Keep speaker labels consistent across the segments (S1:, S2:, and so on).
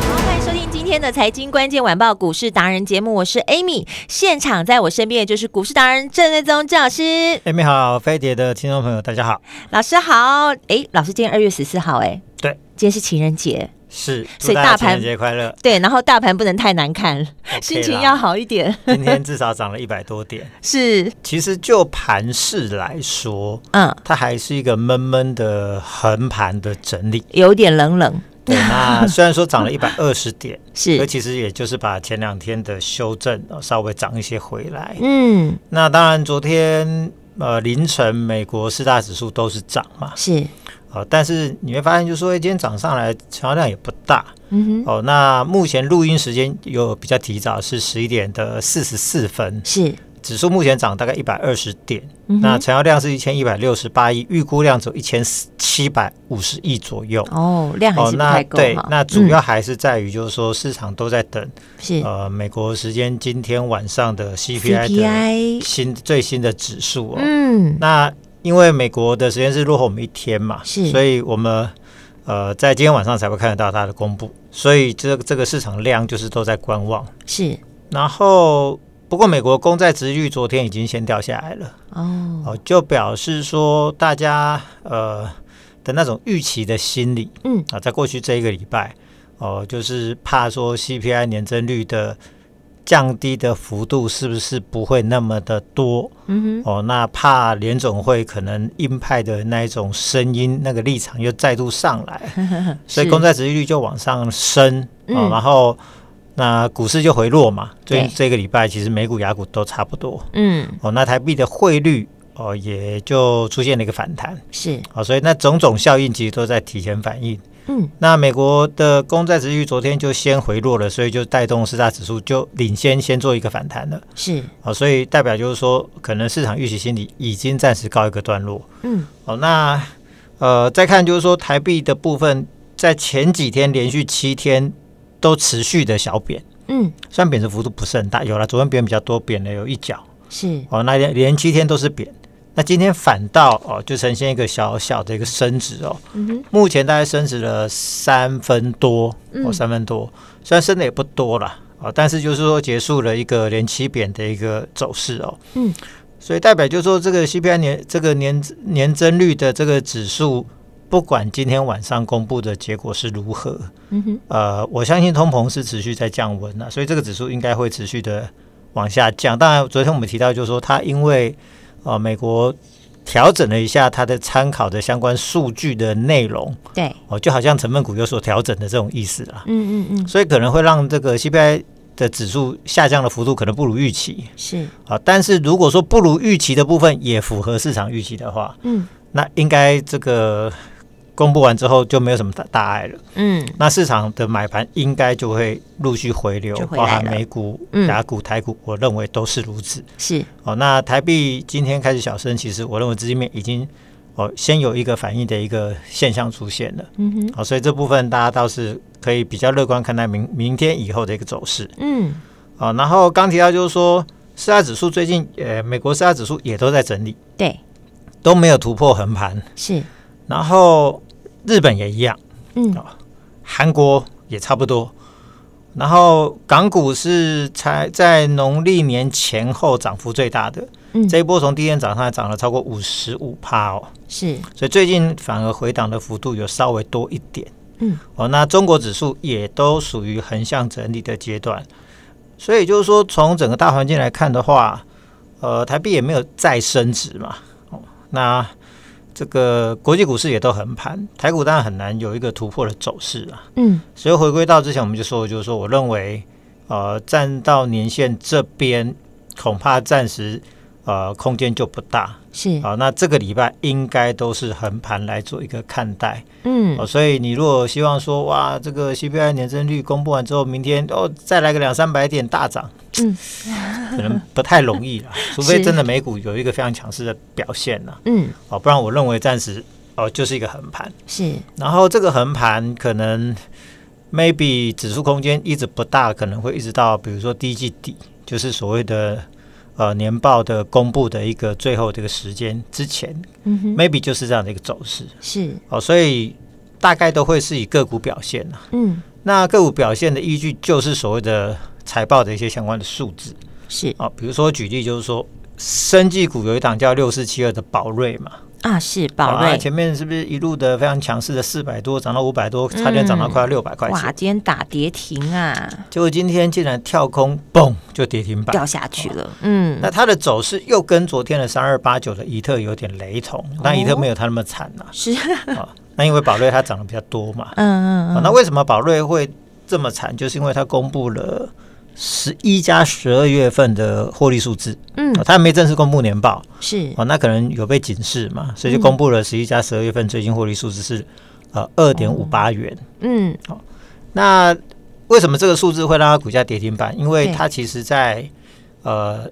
S1: 好，欢迎收听今天的财经关键晚报股市达人节目，我是 Amy，现场在我身边的就是股市达人郑瑞宗郑老师，
S2: 哎，你好，飞碟的听众朋友，大家好。
S1: 老师好，哎，老师今天二月十四号，哎，
S2: 对，
S1: 今天是情人节，
S2: 是，
S1: 所
S2: 祝
S1: 以
S2: 大
S1: 大
S2: 家情
S1: 盘
S2: 人节快乐。
S1: 对，然后大盘不能太难看心情要好一点，
S2: 今天至少涨了一百多点。
S1: 是，
S2: 其实就盘势来说，
S1: 嗯，
S2: 它还是一个闷闷的横盘的 整理。
S1: 有点冷冷，
S2: 对，那虽然说涨了一百二十点，可
S1: 是，
S2: 其实也就是把前两天的修正、呃稍微涨一些回来。
S1: 嗯，
S2: 那当然，昨天呃凌晨美国四大指数都是涨嘛，
S1: 是，
S2: 啊、但是你会发现，就是说，哎、今天涨上来成交量也不大。
S1: 嗯哼，
S2: 哦，那目前录音时间有比较提早，是十一点的四十四分。
S1: 是，
S2: 指数目前涨大概一百二十点，
S1: 嗯
S2: 那
S1: 哼，
S2: 成交量是一千一百六十八亿，预估量只有一千七百五十亿左右。
S1: 哦，量还是不
S2: 那
S1: 太够
S2: 对
S1: 哈，
S2: 那主要
S1: 嗯
S2: 还是在于，就是说市场都在等、
S1: 是
S2: 呃美国时间今天晚上的 CPI 的
S1: CPI，
S2: 新最新的指数哦。
S1: 嗯，
S2: 那因为美国的时间是落后我们一天嘛，
S1: 是
S2: 所以我们呃在今天晚上才会看得到它的公布，所以这这个市场量就是都在观望。哦
S1: 嗯是，
S2: 然后不过美国公债值率昨天已经先掉下来了，
S1: 哦，
S2: 哦、就表示说大家呃的那种预期的心理
S1: 嗯，
S2: 啊、在过去这一个礼拜哦、就是怕说 CPI 年增率的。降低的幅度是不是不会那么的多？
S1: 嗯哼，
S2: 哦，那怕联总会可能鹰派的那一种声音，那个立场又再度上来， 所以
S1: 是
S2: 公债殖利率就往上升
S1: 嗯
S2: 哦，然后那股市就回落嘛。最
S1: 对
S2: 近这个礼拜其实美股、雅股都差不多
S1: 嗯，
S2: 哦，那台币的汇率哦也就出现了一个反弹
S1: 是，
S2: 哦，所以那种种效应其实都在提前反应。
S1: 嗯，
S2: 那美国的公债殖利率昨天就先回落了，所以就带动四大指数就领先先做一个反弹了。
S1: 是，
S2: 哦，所以代表就是说，可能市场预期心理已经暂时告一个段落。
S1: 嗯，
S2: 哦，那呃，再看就是说台币的部分，在前几天连续七天都持续的小贬，
S1: 嗯，
S2: 虽然贬值幅度不是很大，有了昨天贬比较多，贬了有一角。
S1: 是，
S2: 哦，那连连七天都是贬，那今天反倒哦就呈现一个小小的一个升值哦，
S1: 嗯哼，
S2: 目前大概升值了三分多，哦，
S1: 嗯
S2: 三分多，虽然升的也不多啦，哦，但是就是说结束了一个连七贬的一个走势哦，
S1: 嗯，
S2: 所以代表就是说这个 CPI 年这个年年增率的这个指数，不管今天晚上公布的结果是如何，
S1: 嗯哼，
S2: 呃，我相信通膨是持续在降温啊，所以这个指数应该会持续的往下降。当然，昨天我们提到就是说，它因为呃美国调整了一下它的参考的相关数据的内容，
S1: 对，
S2: 哦，就好像成分股有所调整的这种意思啦，
S1: 嗯嗯嗯，
S2: 所以可能会让这个 CPI 的指数下降的幅度可能不如预期
S1: 是，
S2: 啊。但是如果说不如预期的部分也符合市场预期的话，
S1: 嗯
S2: 那应该这个公布完之后就没有什么大大碍了。
S1: 嗯，
S2: 那市场的买盘应该就会陆续回流
S1: 就，回来
S2: 包含
S1: 了
S2: 美股、
S1: 嗯
S2: 雅股、台股，我认为都是如此。
S1: 是，
S2: 哦，那台币今天开始小升，其实我认为资金面已经哦先有一个反应的一个现象出现了。
S1: 嗯哼，
S2: 哦，所以这部分大家倒是可以比较乐观看待明明天以后的一个走势。
S1: 嗯，
S2: 哦，然后刚提到就是说，四大指数最近呃，美国四大指数也都在整理，
S1: 对，
S2: 都没有突破横盘，
S1: 是，
S2: 然后日本也一样。哦
S1: 嗯，
S2: 韩国也差不多。然后港股是才在农历年前后涨幅最大的，
S1: 嗯
S2: 这一波从第一天涨上来涨了超过五十五趴哦，
S1: 是，
S2: 所以最近反而回档的幅度有稍微多一点。
S1: 嗯，
S2: 哦，那中国指数也都属于横向整理的阶段，所以就是说从整个大环境来看的话，呃，台币也没有再升值嘛，哦，那这个国际股市也都横盘，台股当然很难有一个突破的走势啊。
S1: 嗯，
S2: 所以回归到之前，我们就说，就是说，我认为，呃，站到年线这边，恐怕暂时呃空间就不大。
S1: 是，
S2: 好、那这个礼拜应该都是横盘来做一个看待。
S1: 嗯
S2: 哦，所以你如果希望说，哇，这个 CPI 年增率公布完之后，明天哦再来个两三百点大涨，
S1: 嗯，
S2: 可能不太容易了，除非
S1: 是
S2: 真的美股有一个非常强势的表现了，
S1: 嗯，
S2: 哦，不然我认为暂时哦就是一个横盘，
S1: 是，
S2: 然后这个横盘可能 maybe 指数空间一直不大，可能会一直到比如说第一季底，就是所谓的。呃，年报的公布的一个最后这个时间之前
S1: 嗯哼，
S2: ，maybe 就是这样的一个走势
S1: 是，
S2: 哦，所以大概都会是以个股表现啊
S1: 嗯，
S2: 那个股表现的依据就是所谓的财报的一些相关的数字
S1: 是
S2: 啊，比如说举例就是说，生技股有一档叫六四七二的宝瑞嘛，
S1: 啊，是宝
S2: 啊
S1: 瑞，
S2: 前面是不是一路的非常强势的四百多涨到五百多，差点涨到快要六百块
S1: 嗯哇，
S2: 钱，
S1: 今天打跌停啊，
S2: 结果今天竟然跳空嘣就跌停板
S1: 掉。下去了，嗯，
S2: 那它的走势又跟昨天的三二八九的怡特有点雷同，
S1: 哦
S2: 但怡特没有它那么惨呐、
S1: 是，
S2: 啊啊那因为宝瑞它涨得比较多嘛，
S1: 嗯
S2: 啊
S1: 嗯，
S2: 那
S1: 嗯，
S2: 为什么宝瑞会这么惨？就是因为它公布了十一加十二月份的获利数字，哦
S1: 嗯，
S2: 它还没正式公布年报
S1: 是，
S2: 哦，那可能有被警示嘛，所以
S1: 嗯
S2: 就公布了十一加十二月份最新获利数字是呃二点五八元。
S1: 嗯，
S2: 那为什么这个数字会让它股价跌停板？因为
S1: 对
S2: 它其实在呃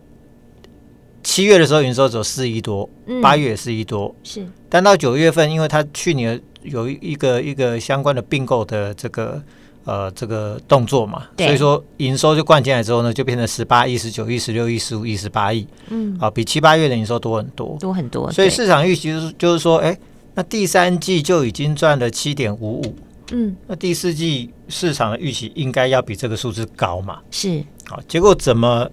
S2: 七月的时候营收只有四亿多，
S1: 嗯
S2: 八月也是一多，
S1: 是，
S2: 但到九月份，因为它去年有一个一个相关的并购的这个呃这个动作嘛，
S1: 对
S2: 所以说营收就灌进来之后呢，就变成十八亿、十九亿、十六亿、十五亿、十八亿，
S1: 嗯，
S2: 啊，比七八月的营收多很多。
S1: 多很多，
S2: 所以
S1: 哦对，
S2: 市场预期就是就是说，哎，那第三季就已经赚了七点五五，
S1: 嗯，
S2: 那第四季市场的预期应该要比这个数字高嘛？
S1: 是，
S2: 好，结果怎么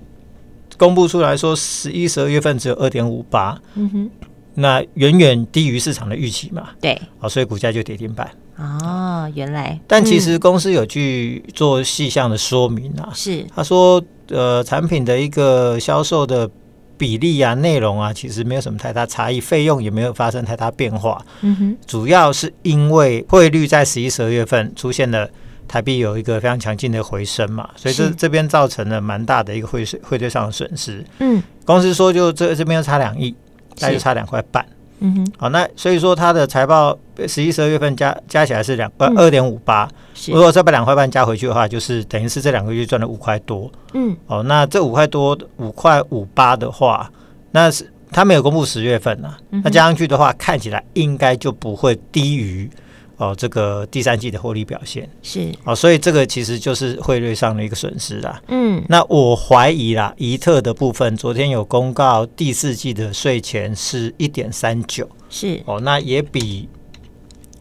S2: 公布出来说十一、十二月份只有二点五八，
S1: 嗯哼，
S2: 那远远低于市场的预期嘛？
S1: 对，
S2: 好，所以股价就跌停板。
S1: 哦，原来，
S2: 但其
S1: 嗯
S2: 实公司有去做细项的说明啊，
S1: 是，
S2: 他说，呃，产品的一个销售的比例啊、内容啊，其实没有什么太大差异，费用也没有发生太大变化，
S1: 嗯哼，
S2: 主要是因为汇率在十一、十二月份出现了。台币有一个非常强劲的回升嘛，所以这
S1: 是
S2: 这边造成了蛮大的一个汇税汇兑上的损失。
S1: 嗯，
S2: 公司说就这这边又差两亿，那就差两块半。
S1: 嗯哼，
S2: 好，那所以说它的财报十一、十二月份加加起来是两呃
S1: 嗯
S2: 二点五八，
S1: 是
S2: 如，果再把两块半加回去的话，就是等于是这两个月赚了五块多
S1: 嗯，
S2: 哦。那这五块多五块五八的话，那是它没有公布十月份啊，
S1: 嗯哼
S2: 那加上去的话，看起来应该就不会低于哦这个第三季的获利表现
S1: 是，
S2: 哦。所以这个其实就是汇率上的一个损失啦。
S1: 嗯，
S2: 那我怀疑啦，怡特的部分昨天有公告第四季的税前是一点三九
S1: 是，
S2: 哦，那也比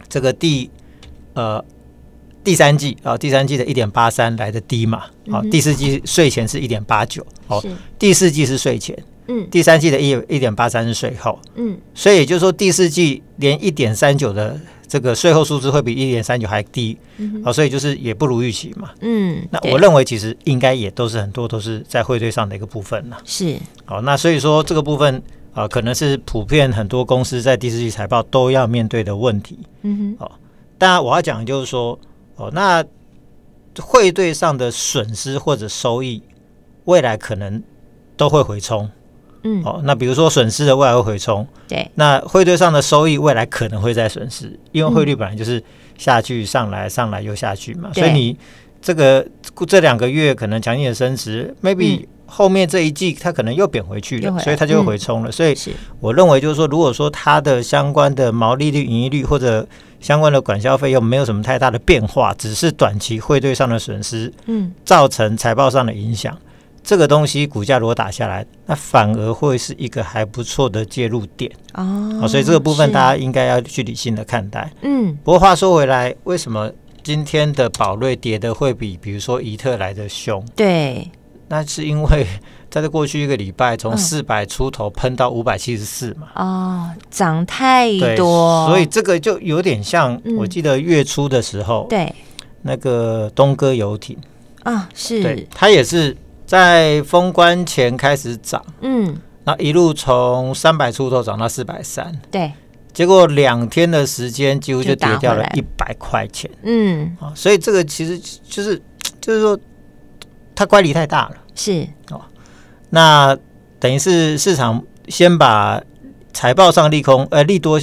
S2: 这个第呃第三季啊、第三季的一点八三来的低嘛，啊、
S1: 嗯哼
S2: 第四季税前是一点八九哦，
S1: 是，
S2: 第四季是税前，
S1: 嗯
S2: 第三季的一一点八三是税后，
S1: 嗯，
S2: 所以也就是说第四季连一点三九的这个税后数字会比一点三九还低
S1: 嗯哼，
S2: 哦，所以就是也不如预期嘛。
S1: 嗯，
S2: 那
S1: 对
S2: 我认为其实应该也都是很多都是在汇兑上的一个部分了。
S1: 是，
S2: 好，那所以说这个部分啊、呃可能是普遍很多公司在第四季财报都要面对的问题。
S1: 嗯哼，
S2: 当然，我要讲的就是说，哦，那汇兑上的损失或者收益，未来可能都会回冲。
S1: 嗯，
S2: 哦，那比如说损失的未来会回冲，
S1: 对，
S2: 那汇兑上的收益未来可能会再损失，因为汇率本来就是下去上来上来又下去嘛，
S1: 对
S2: 所以你这个这两个月可能强劲的升值，maybe、后面这一季它可能又贬回去
S1: 嗯又回
S2: 了，
S1: 来嗯
S2: 所以它就会回冲了。所以
S1: 是，
S2: 我认为就是说，如果说它的相关的毛利率、盈利率或者相关的管销费用没有什么太大的变化，只是短期汇兑上的损失
S1: 嗯，
S2: 造成财报上的影响，这个东西股价如果打下来，那反而会是一个还不错的介入点。
S1: 哦
S2: 哦，所以这个部分
S1: 是啊
S2: 大家应该要去理性的看待。
S1: 嗯，
S2: 不过话说回来，为什么今天的宝瑞跌的会比比如说怡特来的凶？
S1: 对，
S2: 那是因为在这过去一个礼拜，从
S1: 嗯
S2: 四百出头喷到五百七十四嘛。
S1: 哦，涨太
S2: 对，
S1: 多，
S2: 所以这个就有点像
S1: 嗯，
S2: 我记得月初的时候，
S1: 对
S2: 那个东哥游艇，
S1: 啊，
S2: 对
S1: 是，，
S2: 它也是在封关前开始涨，
S1: 嗯，
S2: 然后一路从三百出头涨到四百三，
S1: 对，
S2: 结果两天的时间几乎
S1: 就
S2: 就跌
S1: 打
S2: 掉
S1: 回
S2: 了
S1: 来
S2: 一百块钱。
S1: 嗯，
S2: 啊，所以这个其实就是就是说，它乖离太大了。
S1: 是
S2: 那等于是市场先把财报上利空，呃，利多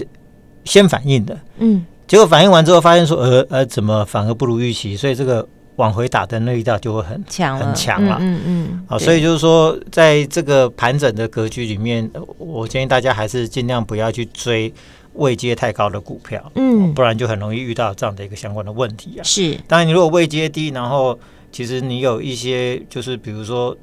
S2: 先反应的，
S1: 嗯
S2: 结果反应完之后发现说，呃呃，怎么反而不如预期，所以这个往回打的力道就会很
S1: 强了，
S2: 很强了
S1: 嗯嗯，
S2: 好，
S1: 对
S2: 所以就是说，在这个盘整的格局里面，呃我建议大家还是尽量不要去追位阶太高的股票，
S1: 嗯
S2: 不然就很容易遇到这样的一个相关的问题啊。
S1: 是
S2: 当然，你如果位阶低，然后其实你有一些就是比如说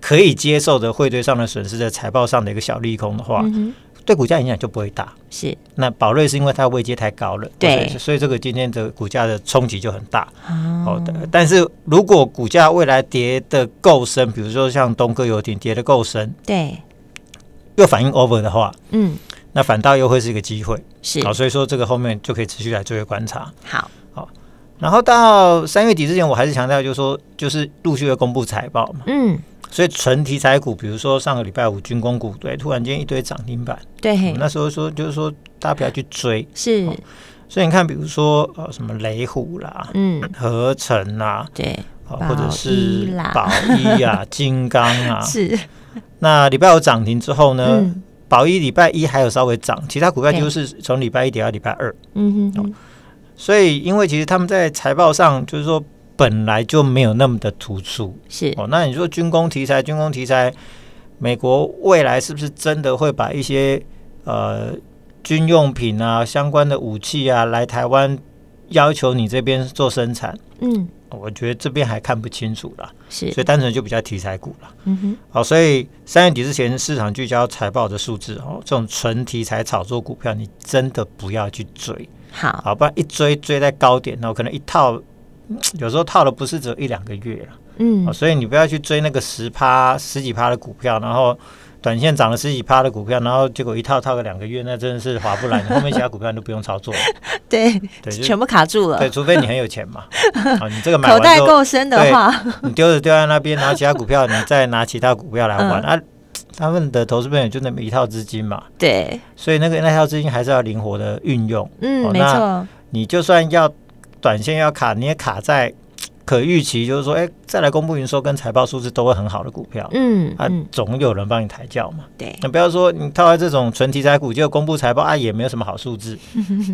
S2: 可以接受的汇兑上的损失的财报上的一个小利空的话，
S1: 嗯哼
S2: 对股价影响就不会大。
S1: 是
S2: 那宝瑞是因为它位阶太高了，
S1: 对
S2: 所以所以这个今天的股价的冲击就很大。好
S1: 哦
S2: 的，但是如果股价未来跌的够深，比如说像东哥游艇跌的够深，
S1: 对，
S2: 又反应 over 的话，
S1: 嗯
S2: 那反倒又会是一个机会。
S1: 是
S2: 好，所以说这个后面就可以持续来做一个观察。
S1: 好
S2: 然后到三月底之前，我还是强调，就是说，就是陆续会公布财报嘛。
S1: 嗯
S2: 所以纯题材股，比如说上个礼拜五军工股，对，突然间一堆涨停板，我
S1: 对
S2: 们那时候说就是说大家不要去追。
S1: 是
S2: 好所以你看，比如说呃什么雷虎啦、
S1: 嗯
S2: 合成啦，
S1: 对宝
S2: 啊或者是
S1: 一啦
S2: 宝 一啊、金刚啊，
S1: 是
S2: 那礼拜五涨停之后呢，
S1: 嗯
S2: 宝一礼拜一还有稍微涨，其他股票就是从礼拜一跌到礼拜二。
S1: 嗯哼哼
S2: 所以，因为其实他们在财报上就是说本来就没有那么的突出
S1: 是
S2: 哦。那你说军工题材，军工题材，美国未来是不是真的会把一些呃军用品啊、相关的武器啊来台湾要求你这边做生产？
S1: 嗯
S2: 我觉得这边还看不清楚啦，
S1: 是
S2: 所以单纯就比较题材股啦。
S1: 嗯哼
S2: 好，所以三月底之前市场聚焦财报的数字哦，这种纯题材炒作股票，你真的不要去追，
S1: 好
S2: 好，不然一追追在高点，然后可能一套，嗯有时候套的不是只有一两个月了、
S1: 嗯
S2: 哦，所以你不要去追那个十趴、十几趴的股票，然后短线涨了十几趴的股票，然后结果一套套个两个月，那真的是划不来，你后面其他股票你都不用操作了，
S1: 对
S2: 对，就
S1: 全部卡住了
S2: 对，，除非你很有钱 嘛，啊，你这个买
S1: 口
S2: 完
S1: 袋
S2: 之后
S1: 够深的
S2: 对
S1: 话，
S2: 你丢着丢在那边，然后其他股票你再拿其他股票来玩、
S1: 嗯
S2: 啊。他们的投资朋友就那么一套资金嘛，
S1: 对，
S2: 所以那个那套资金还是要灵活的运用。
S1: 嗯
S2: 哦
S1: 没
S2: 那
S1: 错，
S2: 你就算要短线要卡，你也卡在可预期，就是说，哎、再来公布营收跟财报数字都会很好的股票。
S1: 嗯
S2: 啊
S1: 嗯，
S2: 总有人帮你抬轿嘛。
S1: 对
S2: 那不要说你套在这种纯题材股，就公布财报啊，也没有什么好 数字。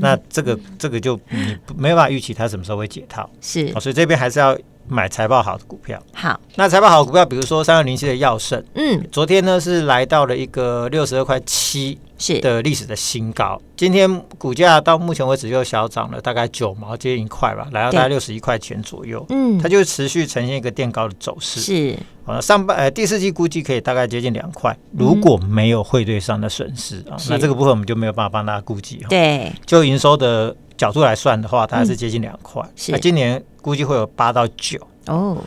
S2: 那这个这个就你不没办法预期它什么时候会解套，
S1: 是
S2: 哦所以这边还是要买财报好的股票。
S1: 好
S2: 那财报好股票，比如说三二零七的药盛，
S1: 嗯
S2: 昨天呢是来到了一个六十二块七
S1: 是
S2: 的历史的新高，今天股价到目前为止又小涨了大概九毛，接近一块吧，来到大概六十一块钱左右。
S1: 嗯
S2: 它就持续呈现一个垫高的走势，
S1: 是
S2: 啊，上半呃第四季估计可以大概接近两块，如果没有汇兑上的损失啊，
S1: 嗯是
S2: 那这个部分我们就没有办法帮大家估计哈。
S1: 对嗯
S2: 就营收的角度来算的话，它还是接近两块，
S1: 是
S2: 那今年估计会有八到九。
S1: 哦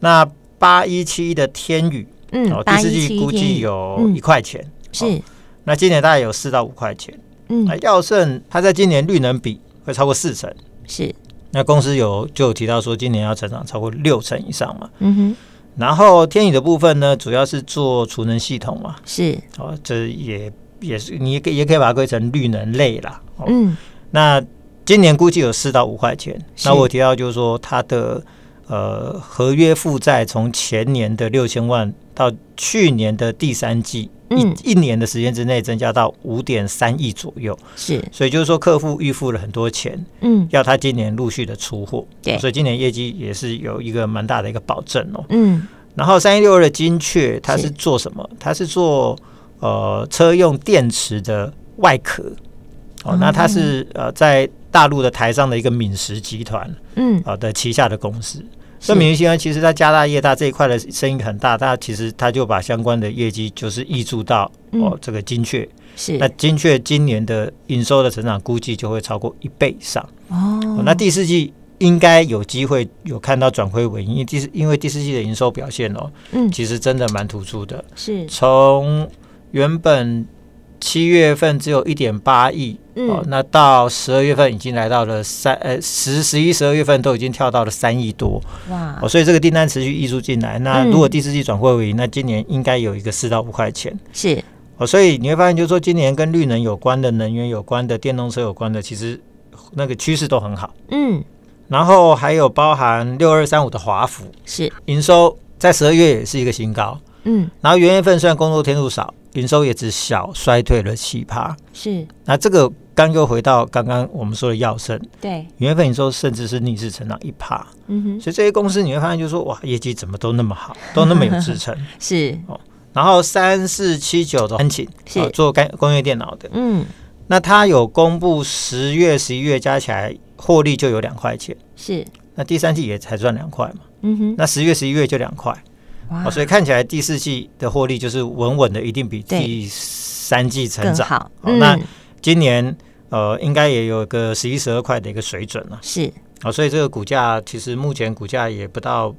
S2: 那八一七一的天宇，
S1: 嗯
S2: 哦，
S1: 八
S2: 第四
S1: 一嗯
S2: 季
S1: 七
S2: 估计有哦一块钱，
S1: 是
S2: 那今年大概有四到五块钱。
S1: 嗯
S2: 那耀盛它在今年率能比会超过四成，
S1: 是
S2: 那公司有就有提到说今年要成长超过六成以上嘛。
S1: 嗯哼
S2: 然后天宇的部分呢，主要是做储能系统嘛，
S1: 是
S2: 哦，这也也是你也可以也可以把它归成绿能类啦。哦，
S1: 嗯
S2: 那今年估计有四到五块钱。
S1: 是
S2: 那我提到就是说它的。呃，合约负债从前年的六千万到去年的第三季、
S1: 嗯
S2: 一一年的时间之内增加到五点三亿左右，
S1: 是
S2: 所以就是说客户预付了很多钱，
S1: 嗯
S2: 要他今年陆续的出货，
S1: 对
S2: 所以今年业绩也是有一个蛮大的一个保证哦。
S1: 嗯
S2: 然后三一六二的精确，它
S1: 是
S2: 是做什么？它是做呃车用电池的外壳，哦，
S1: 嗯
S2: 那它是呃在大陆的台上的一个敏实集团
S1: 嗯
S2: 啊、呃的旗下的公司。
S1: 是
S2: 所以敏实集团其实在加大业大这一块的生意很大，它其实它就把相关的业绩就是挹注到哦
S1: 嗯
S2: 这个精确，
S1: 是
S2: 那精确今年的营收的成长估计就会超过一倍以上。
S1: 哦
S2: 哦那第四季应该有机会有看到转亏为盈，因为第四因为第四季的营收表现哦，
S1: 嗯
S2: 其实真的蛮突出的。
S1: 是
S2: 从原本七月份只有一点八亿哦，
S1: 嗯
S2: 那到十二月份已经来到了三呃十十一十二月份都已经跳到了三亿多
S1: 哇
S2: 哦，所以这个订单持续溢出进来。那
S1: 啊嗯
S2: 如果第四季转亏为盈，那今年应该有一个四到五块钱。
S1: 是
S2: 哦，所以你会发现，就是说今年跟绿能有关的、能源有关的、电动车有关的，其实那个趋势都很好。
S1: 嗯
S2: 然后还有包含六二三五的华孚，
S1: 是
S2: 营收在十二月也是一个新高。
S1: 嗯，
S2: 然后元月份虽然工作天数少，营收也只小衰退了七趴。
S1: 是
S2: 那这个刚又回到刚刚我们说的药盛，
S1: 对，
S2: 元月份营收甚至是逆势成长一趴，
S1: 嗯哼，
S2: 所以这些公司你会发现就是说哇，业绩怎么都那么好，都那么有支
S1: 嗯
S2: 撑。
S1: 是，
S2: 然后三四七九的安勤
S1: 是
S2: 做干工业电脑的，
S1: 嗯，
S2: 那它有公布十月、十一月加起来获利就有两块钱，
S1: 是，
S2: 那第三季也才赚两块嘛，
S1: 嗯哼，
S2: 那十月、十一月就两块。
S1: 哇
S2: 哦，所以看起来第四季的获利就是稳稳的，一定比
S1: 对
S2: 第三季成
S1: 更
S2: 长。
S1: 好，嗯
S2: 哦那今年呃，应该也有个十一、十二块的一个水准了、啊。
S1: 是，
S2: 哦，所以这个股价其实目前股价也不到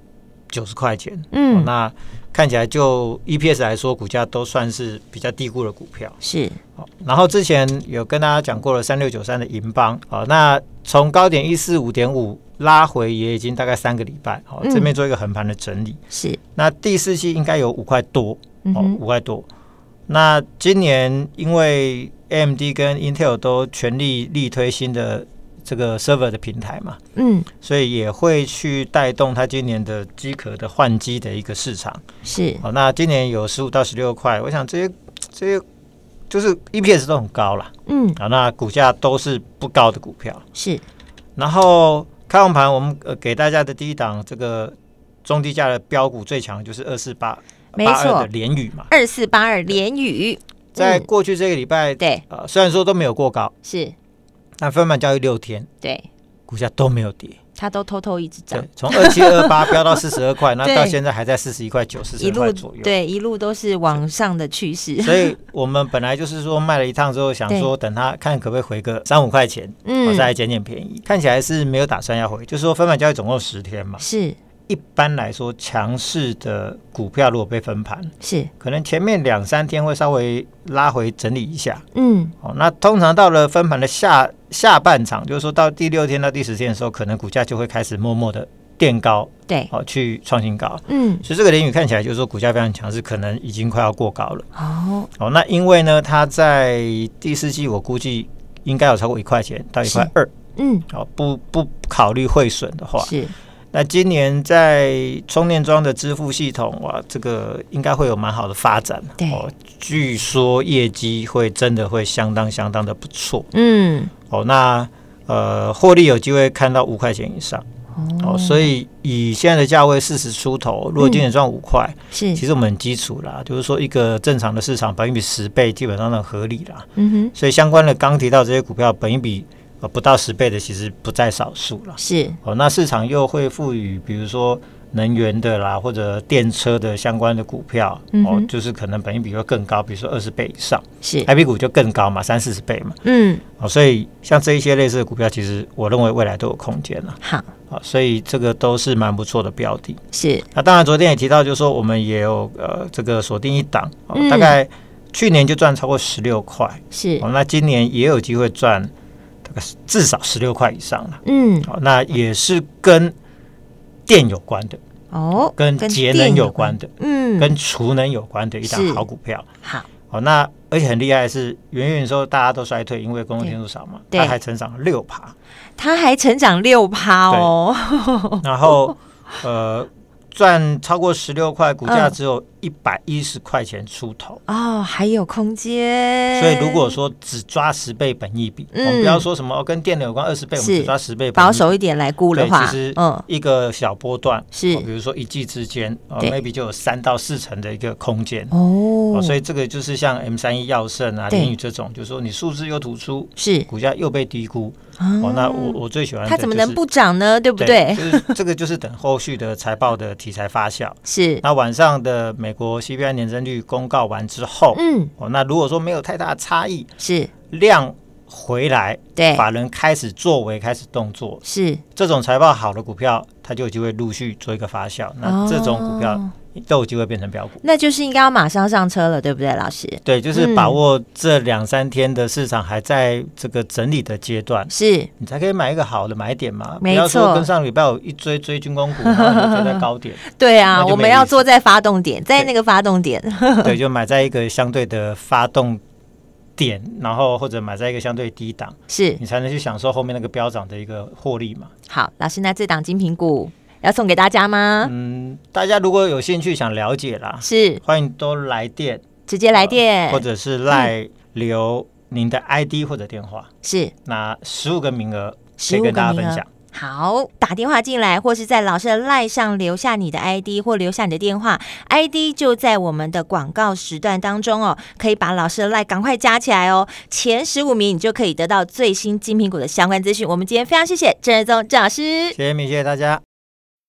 S2: 九十块钱、哦
S1: 嗯，
S2: 那看起来就 EPS 来说，股价都算是比较低估的股票。
S1: 是，
S2: 哦，然后之前有跟大家讲过了三六九三的银邦，哦，那从高点一四五点五拉回也已经大概三个礼拜，哦，
S1: 嗯
S2: 这边做一个横盘的整理。
S1: 是，
S2: 那第四季应该有五块多，
S1: 嗯
S2: 哦，
S1: 哼，
S2: 五块多。那今年因为 AMD 跟 Intel 都全力力推新的这个 server 的平台嘛，
S1: 嗯，
S2: 所以也会去带动它今年的机壳的换机的一个市场。
S1: 是，
S2: 好、那今年有十五到十六块，我想这些这些就是 EPS 都很高啦。
S1: 嗯，
S2: 好、啊那股价都是不高的股票。
S1: 是，
S2: 然后开完盘，我们呃给大家的第一档这个中低价的标股最强就是二四八
S1: 没
S2: 八二
S1: 错
S2: 的联宇嘛，
S1: 二四八二连雨，
S2: 在
S1: 嗯
S2: 过去这个礼拜
S1: 对，
S2: 呃，虽然说都没有过高，
S1: 是，
S2: 但分盘交易六天，
S1: 对，
S2: 股价都没有跌，
S1: 他都偷偷一直涨
S2: 对，，从二七二八 飙到四十二 块，那
S1: 对
S2: 到现在还在四十一块九、四
S1: 一
S2: 十
S1: 路
S2: 块左右。
S1: 对，一路都是往上的趋势，
S2: 所以我们本来就是说卖了一趟之后，想说等它看可不可以回个三五块钱，我
S1: 嗯，
S2: 再来捡捡便宜。看起来是没有打算要回，就是说分盘交易总共十天嘛。
S1: 是
S2: 一般来说，强势的股票如果被分盘，
S1: 是，
S2: 可能前面两三天会稍微拉回整理一下，
S1: 嗯，
S2: 哦，那通常到了分盘的下下半场，就是说到第六天到第十天的时候，可能股价就会开始默默的垫高，
S1: 对，
S2: 哦，去创新高。
S1: 嗯，
S2: 所以这个连雨看起来就是说股价非常强势，可能已经快要过高了。
S1: 哦，
S2: 哦，那因为呢，它在第四季我估计应该有超过一块钱到一块二。
S1: 嗯，
S2: 哦，不不考虑汇损的话，
S1: 是，
S2: 那今年在充电桩的支付系统，哇，这个应该会有蛮好的发展。哦
S1: 对，
S2: 据说业绩会真的会相当相当的不错。
S1: 嗯，
S2: 哦，那呃，获利有机会看到五块钱以上哦，所以以现在的价位四十出头，如果今年赚五块，
S1: 是，
S2: 其实我们很基础啦，就是说一个正常的市场，本益比十倍基本上很合理啦。
S1: 嗯哼，
S2: 所以相关的刚提到这些股票，本益比呃不到十倍的其实不在少数啦。
S1: 是，
S2: 哦，那市场又会赋予，比如说能源的啦，或者电车的相关的股票，
S1: 嗯
S2: 哦
S1: 哼，
S2: 就是可能本益比会更高，比如说二十倍以上
S1: 是，
S2: ，I P 股就更高嘛，三四十倍嘛。
S1: 嗯，
S2: 哦，所以像这一些类似的股票，其实我认为未来都有空间了
S1: 好，
S2: 啊，所以这个都是蛮不错的标的。
S1: 是，
S2: 那当然，昨天也提到，就是说我们也有呃这个锁定一档、哦
S1: 嗯
S2: 大概去年就赚超过十六块，
S1: 是
S2: 哦，，那今年也有机会赚大概至少十六块以上了。
S1: 嗯，
S2: 哦，那也是跟电有关的，
S1: 哦，
S2: 跟节能
S1: 电
S2: 有关的，
S1: 嗯，
S2: 跟储能有关的一档
S1: 是
S2: 好股票。
S1: 好，
S2: 哦，那而且很厉害的是，远远的时候大家都衰退，因为公共天数少嘛，
S1: 对
S2: 它还成长了六趴。
S1: 它还成长六趴哦，
S2: 然后呃赚超过十六块，股价
S1: 嗯
S2: 只有一百一十块钱出头。
S1: 哦，还有空间，
S2: 所以，如果说只抓十倍本益比，我们不要说什么哦跟电能有关二十倍，我们
S1: 嗯是
S2: 只抓十倍本益比
S1: 保守一点来估的
S2: 对，
S1: 话
S2: 其实，
S1: 嗯，
S2: 一个小波段
S1: 是
S2: 哦比如说一季之间，呃
S1: 对
S2: ，maybe 就有三到四成的一个空间。
S1: 哦
S2: 哦，，所以这个就是像 M 三一药圣啊、
S1: 对
S2: 联宇这种，就是说你数字又突出，
S1: 是，
S2: 股价又被低估。哦
S1: 哦，
S2: 那我我最喜欢
S1: 它
S2: 的
S1: 怎么
S2: 就是
S1: 能不涨呢？对不对？
S2: 就是这个就是等后续的财报的题材 发酵。
S1: 是，
S2: 那晚上的美国 CPI 年增率公告完之后，
S1: 嗯，
S2: 哦，那如果说没有太大的差异，
S1: 是，
S2: 量回来，
S1: 对，
S2: 法人开始作为开始动作，
S1: 是，
S2: 这种财报好的股票，它就有机会陆续做一个发酵，那这种股票
S1: 哦
S2: 都有机会变成标股。
S1: 那就是应该要马上上车了，对不对，老师？
S2: 对，就是
S1: 嗯
S2: 把握这两三天的市场还在这个整理的阶段，
S1: 是，
S2: 你才可以买一个好的买点嘛。不
S1: 没
S2: 要说
S1: 错
S2: 跟上礼拜我一追追军工 股，然后你就追在高点，
S1: 对啊，
S2: 那就没
S1: 我们要
S2: 意思
S1: 坐在发动点，在那个发动点，
S2: 对，就买在一个相对的发动点，然后或者买在一个相对低档，
S1: 是
S2: 你才能去享受后面那个飙涨的一个获利嘛。
S1: 好，老师，那这档金苹果要送给大家吗？
S2: 嗯，大家如果有兴趣想了解啦，
S1: 是
S2: 欢迎都来电
S1: 直接来电，
S2: 或者是赖留您的 ID 或者电话，
S1: 是
S2: 那十五个名额可
S1: 十
S2: 以
S1: 五个
S2: 跟大家
S1: 名
S2: 分
S1: 额
S2: 享。。
S1: 好，打电话进来，或是在老师的赖上留下你的 ID 或留下你的电话，ID 就在我们的广告时段当中哦，可以把老师的赖赶快加起来哦。前十五名你就可以得到最新金苹果的相关资讯。我们今天非常谢谢郑日宗郑老师，
S2: 谢谢米，谢谢大家。